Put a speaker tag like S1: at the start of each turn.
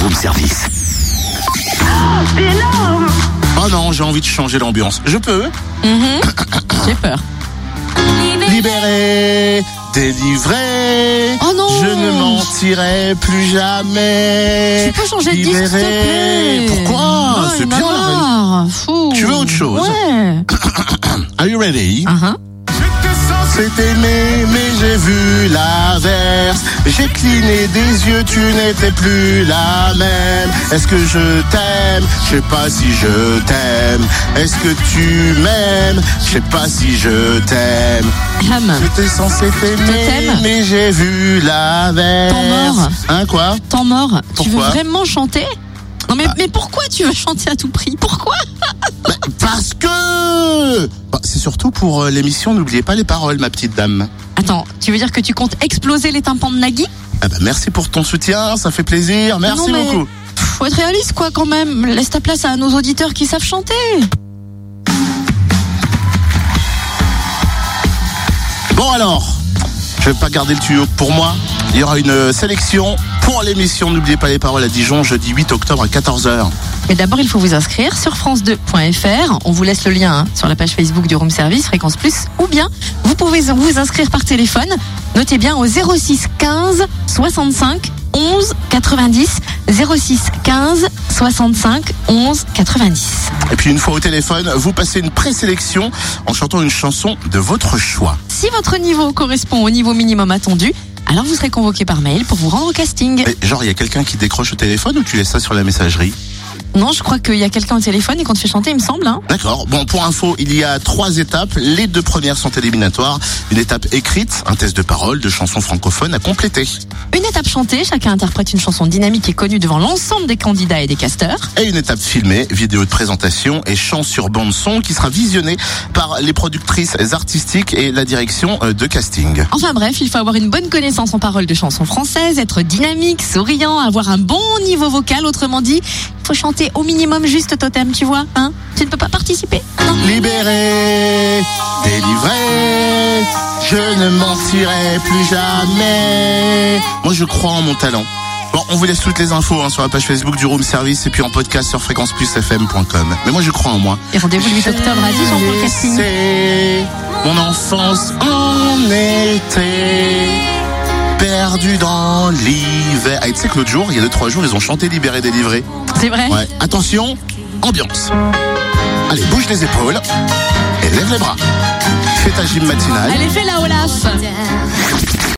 S1: comme service.
S2: Oh,
S3: C'est énorme
S1: Oh non, j'ai envie de changer l'ambiance. Je peux
S2: Mhm. J'ai peur.
S1: Libéré, délivré.
S2: Oh non.
S1: Je ne mentirai plus jamais.
S2: Tu peux changer de disque, s'il te
S1: Euh, Libéré.
S2: plaît.
S1: Pourquoi
S2: Non,
S1: C'est
S2: il m'a
S1: bien. Aurélie.
S2: marre. Fou.
S1: Tu veux autre chose
S2: Ouais.
S1: Are you ready
S2: Ah, hein.
S1: C'était aimé, mais j'ai vu l'averse. J'ai cligné des yeux, tu n'étais plus la même. Est-ce que je t'aime Je sais pas si je t'aime. Est-ce que tu m'aimes Je sais pas si je t'aime.
S2: Ham.
S1: J'étais censé t'aimer,
S2: t'aime.
S1: mais j'ai vu la
S2: T'en
S1: verse.
S2: mords.
S1: Hein, quoi
S2: Temps mort. tu veux
S1: Pourquoi Ah.
S2: vraiment chanter Non mais, mais pourquoi tu veux chanter à tout prix Pourquoi
S1: Bah, Parce que Bah, C'est surtout pour euh, l'émission N'oubliez pas les paroles, ma petite dame.
S2: Attends, tu veux dire que tu comptes exploser les tympans de Nagui
S1: Ah bah, merci pour ton soutien, ça fait plaisir, merci
S2: non, mais-
S1: beaucoup.
S2: Faut être réaliste quoi quand même. Laisse ta place à nos auditeurs qui savent chanter.
S1: Bon alors, je vais pas garder le tuyau pour moi. Il y aura une euh, sélection pour l'émission N'oubliez pas les paroles à Dijon, jeudi 8 octobre à 14h.
S2: Mais d'abord, il faut vous inscrire sur france2.fr. On vous laisse le lien hein, sur la page Facebook du Room Service, Fréquence Plus, ou bien vous pouvez vous inscrire par téléphone. Notez bien au 06 15 65 11 90. 06 15 65 11 90.
S1: Et puis une fois au téléphone, vous passez une présélection en chantant une chanson de votre choix.
S2: Si votre niveau correspond au niveau minimum attendu, alors vous serez convoqué par mail pour vous rendre au casting.
S1: Mais genre, il y a quelqu'un qui décroche au téléphone ou tu laisses ça sur la messagerie
S2: Non, je crois qu'il y a quelqu'un au téléphone et qu'on te fait chanter, il me semble. Hein.
S1: D'accord. Bon, pour info, il y a trois étapes. Les deux premières sont éliminatoires. Une étape écrite, un test de parole, de chansons francophones à compléter.
S2: Une étape chantée, chacun interprète une chanson dynamique et connue devant l'ensemble des candidats et des casteurs.
S1: Et une étape filmée, vidéo de présentation et chant sur bande son qui sera visionnée par les productrices artistiques et la direction euh, de casting.
S2: Enfin bref, il faut avoir une bonne connaissance en paroles de chansons françaises, être dynamique, souriant, avoir un bon niveau vocal, autrement dit, faut chanter au minimum juste totem, tu vois, hein Tu ne peux pas participer Ah Non.
S1: Libéré, délivré, je ne mentirai plus jamais. Moi, je crois en mon talent. Bon, on vous laisse toutes les infos hein, sur la page Facebook du Room Service et puis en podcast sur fréquenceplusfm.com. Mais moi, je crois en moi.
S2: Et rendez-vous le 8 octobre à Dijon pour le casting.
S1: Laissé Mon enfance en été, perdu dans l'hiver. Ah, et tu sais que l'autre jour, il y a deux trois jours, ils ont chanté Libéré, délivré.
S2: C'est vrai
S1: Ouais, attention, ambiance. Allez, bouge les épaules et lève les bras. Fais ta gym matinale.
S2: Allez, fais la Olaf